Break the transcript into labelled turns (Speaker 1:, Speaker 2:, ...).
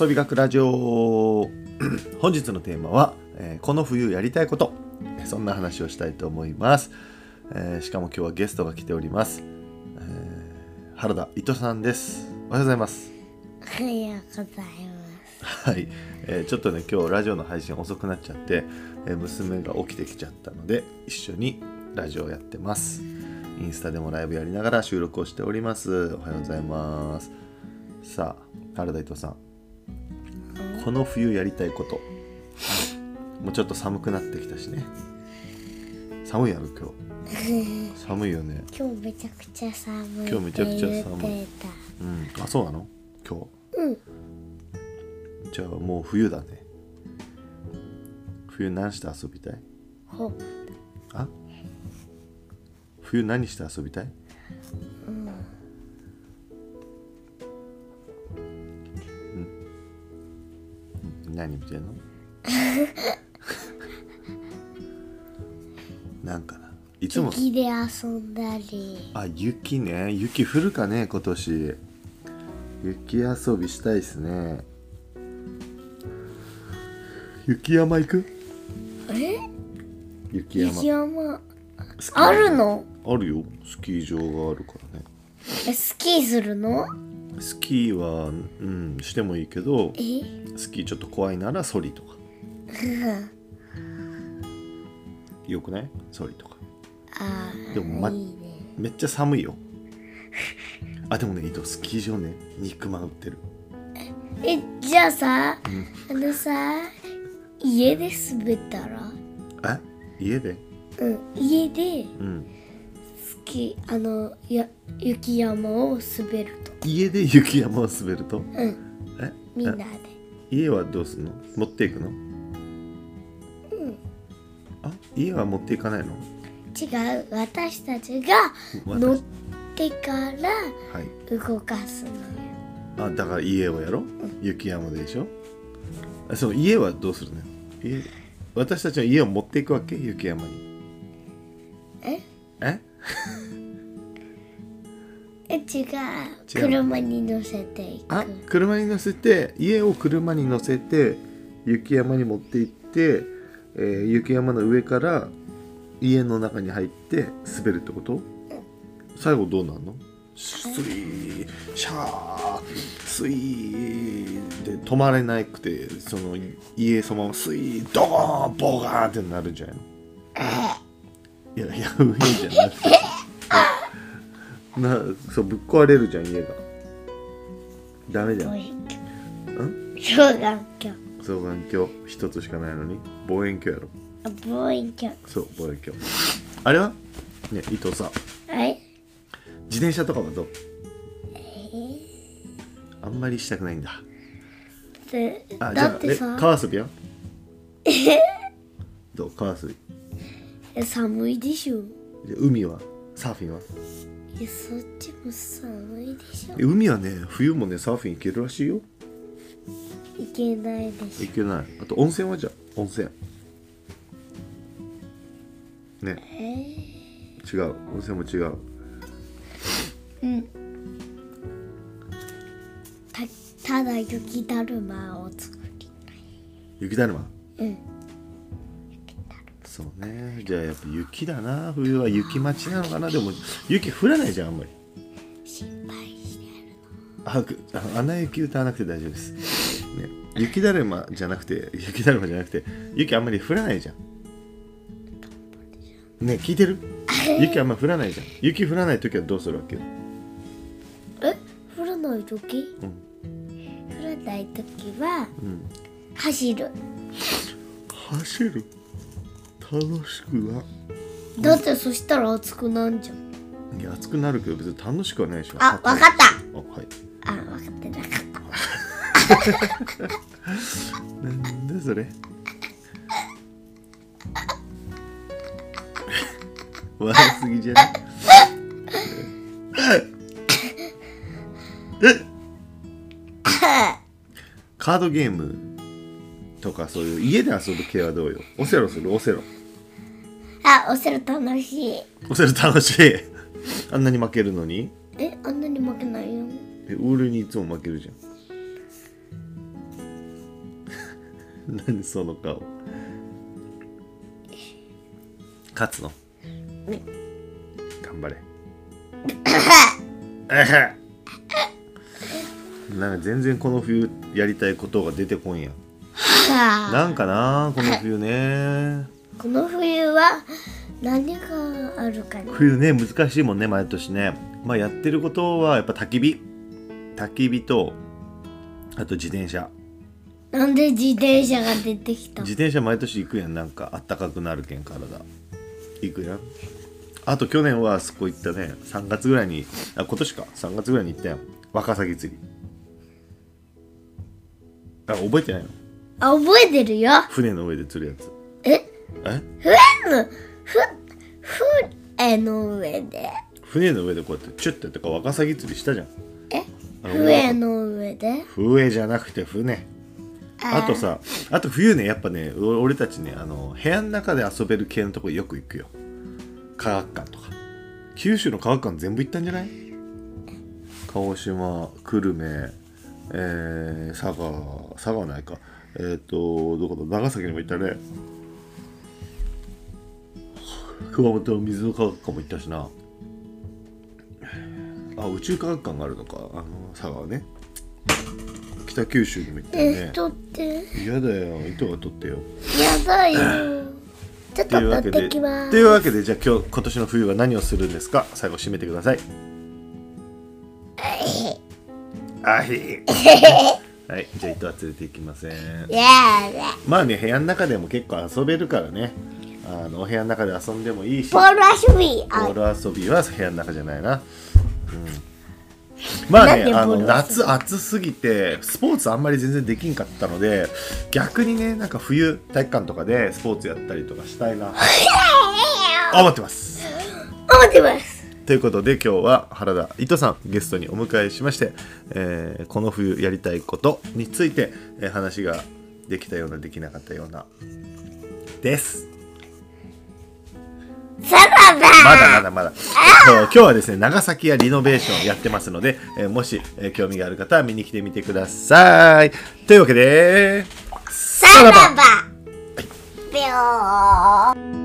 Speaker 1: 遊び学ラジオ 本日のテーマは、えーこの冬やりたいことそんな話をしたいと思います、えーしかも今日はゲストが来ております、えー原田伊藤さんですおはようございます
Speaker 2: おはようございます。
Speaker 1: はい、えーちょっとね今日ラジオの配信遅くなっちゃって、えー娘が起きてきちゃったので一緒にラジオをやってますインスタでもライブやりながら収録をしておりますおはようございますさあ原田伊藤さんこの冬やりたいこともうちょっと寒くなってきたしね寒いやろ今日寒いよね
Speaker 2: 今日めちゃくちゃ寒い。
Speaker 1: 今日めちゃくちゃ寒い
Speaker 2: 言って
Speaker 1: うんあそうなの今日うんじゃあもう冬だね冬何して遊びたい
Speaker 2: た。ほ、
Speaker 1: あ冬何して遊びたいうん、何見てんのなんかないつも
Speaker 2: 雪で遊んだり。
Speaker 1: あ雪ね雪降るかね今年雪遊びしたいですね雪山行く
Speaker 2: え？
Speaker 1: 雪山
Speaker 2: 雪山
Speaker 1: スキー
Speaker 2: あるの？
Speaker 1: あるよスキー場があるからね
Speaker 2: えスキーするの？
Speaker 1: スキーはうんしてもいいけど
Speaker 2: え？
Speaker 1: スキーちょっと怖いならソリ とかよくないソリとか
Speaker 2: あー
Speaker 1: でもま
Speaker 2: いいね。
Speaker 1: めっちゃ寒いよあでもね伊藤スキー場ね肉まん売ってる
Speaker 2: えじゃあさ、あのさ家で滑ったら？
Speaker 1: え家で
Speaker 2: うん家で
Speaker 1: うん
Speaker 2: スキーあのや雪山を滑ると。
Speaker 1: 家で雪山を滑ると
Speaker 2: うん
Speaker 1: え
Speaker 2: みんなで。
Speaker 1: 家はどうすんの持っていくのうんあ家は持っていかないの
Speaker 2: 違う私たちが
Speaker 1: 私
Speaker 2: 乗ってから
Speaker 1: はい
Speaker 2: 動かすのよ
Speaker 1: あだから家をやろ雪山でしょあその家はどうするの家私たちの家を持っていくわけ雪山に
Speaker 2: え
Speaker 1: え
Speaker 2: え違う車に乗せていく
Speaker 1: あ車に乗せて家を車に乗せて雪山に持って行って、えー雪山の上から家の中に入って滑るってこと最後どうなんのスイーシャースイーで止まれなくてその家そのままスイードーンボガーンってなるんじゃないのいやいや上じゃなくて なそうぶっ壊れるじゃん家がダメじゃん
Speaker 2: 望遠
Speaker 1: ん
Speaker 2: 鏡双眼鏡
Speaker 1: 双眼鏡一つしかないのに望遠鏡やろ
Speaker 2: あ望遠鏡
Speaker 1: そう望遠鏡あれはね伊藤さん
Speaker 2: はい
Speaker 1: 自転車とかはどうあんまりしたくないんだ
Speaker 2: で
Speaker 1: あ
Speaker 2: だって
Speaker 1: え
Speaker 2: さ
Speaker 1: 川遊びはどう川遊び
Speaker 2: え寒いでしょ
Speaker 1: で海はサーフィンはい
Speaker 2: やそっちも寒いでしょ
Speaker 1: え海はね冬もねサーフィン行けるらしいよ
Speaker 2: いけないでし
Speaker 1: 行けないあと温泉はじゃあ温泉ね
Speaker 2: ょえ
Speaker 1: 違う温泉も違う
Speaker 2: たただ雪だるまを作り
Speaker 1: 雪だるま
Speaker 2: うん
Speaker 1: そうねじゃあやっぱ雪だな冬は雪待ちなのかなでも雪降らないじゃんあんまり
Speaker 2: 心配してる
Speaker 1: あくあ穴雪歌わなくて大丈夫です、ね、雪だるまじゃなくて雪だるまじゃなくて雪あんまり降らないじゃんね聞いて る雪あんまり降らないじゃん雪降らない時はどうするわけよ
Speaker 2: え降らない時
Speaker 1: うん
Speaker 2: 降らない時は
Speaker 1: うん
Speaker 2: 走る
Speaker 1: 走る楽しくは
Speaker 2: だってそしたら暑くなんじゃん
Speaker 1: いや暑くなるけど別に楽しくはないでしょ
Speaker 2: あわかっ
Speaker 1: ったあはい
Speaker 2: あ、分かってなかった。
Speaker 1: なんだそれ 笑いすぎじゃない カードゲームとかそういう家で遊ぶ系はどうよオセロするオセロ
Speaker 2: あ、おセロ楽しい。
Speaker 1: オセロ楽しいあんなに負けるのに
Speaker 2: え、あんなに負けないよ。
Speaker 1: え俺にいつも負けるじゃん 何その顔勝つの頑張れ なんか全然この冬やりたいことが出てこんやなんかなこの冬ね
Speaker 2: この冬は何があるかね
Speaker 1: 冬ね難しいもんね毎年ねまあやってることはやっぱ焚き火焚き火とあと自転車
Speaker 2: なんで自転車が出てきた
Speaker 1: 自転車毎年行くやんなんかあったかくなるけん体行くやんあと去年はあそこ行ったね3月ぐらいにあ今年か3月ぐらいに行ったやんワカサギ釣りあ覚えてないの
Speaker 2: あ覚えてるよ
Speaker 1: 船の上で釣るやつ
Speaker 2: え
Speaker 1: え
Speaker 2: 船のふ船の上で
Speaker 1: 船の上でこうやってチュッてやってかワカサギ釣りしたじゃん
Speaker 2: え
Speaker 1: あ
Speaker 2: 船の上で
Speaker 1: 笛じゃなくて船あとさあと冬ねやっぱねお俺たちねあの部屋の中で遊べる系のとこよく行くよ科学館とか九州の科学館全部行ったんじゃない鹿児島久留米えー、佐賀佐賀はないかえっ、とどこだ長崎にも行ったね熊本の水の科学館も行ったしなあ宇宙科学館があるのかあの佐賀はね北九州にも行ったよね
Speaker 2: えっとって
Speaker 1: 嫌だよ糸は取ってよ
Speaker 2: やだ よちょっ
Speaker 1: と
Speaker 2: と
Speaker 1: いうわけ
Speaker 2: 取っ
Speaker 1: で
Speaker 2: てきます
Speaker 1: というわけでじゃあ今日今年の冬は何をするんですか最後締めてくださいあひはいじゃあ糸は連れて行きません
Speaker 2: やだ
Speaker 1: まあね部屋の中でも結構遊べるからねあのお部屋の中で遊んでもいいし
Speaker 2: ボール遊び
Speaker 1: ボ
Speaker 2: あ
Speaker 1: ール遊びは部屋の中じゃないな、うん、まあね
Speaker 2: なんで
Speaker 1: あ
Speaker 2: ボー
Speaker 1: の
Speaker 2: ル遊び
Speaker 1: 夏暑すぎてスポーツあんまり全然できんかったので逆にねなんか冬体育館とかでスポーツやったりとかしたいな思ってます
Speaker 2: 思ってます
Speaker 1: ということで今日は原田糸さんゲストにお迎えしまして、えーこの冬やりたいことについて、えー話ができたようなできなかったようなです。
Speaker 2: サラ
Speaker 1: ま
Speaker 2: ダ
Speaker 1: だまだまだ。えっと今日はですね、長崎やリノベーションやってますので、えーもし、えー興味がある方は見に来てみてください。というわけで、
Speaker 2: サラダビョーン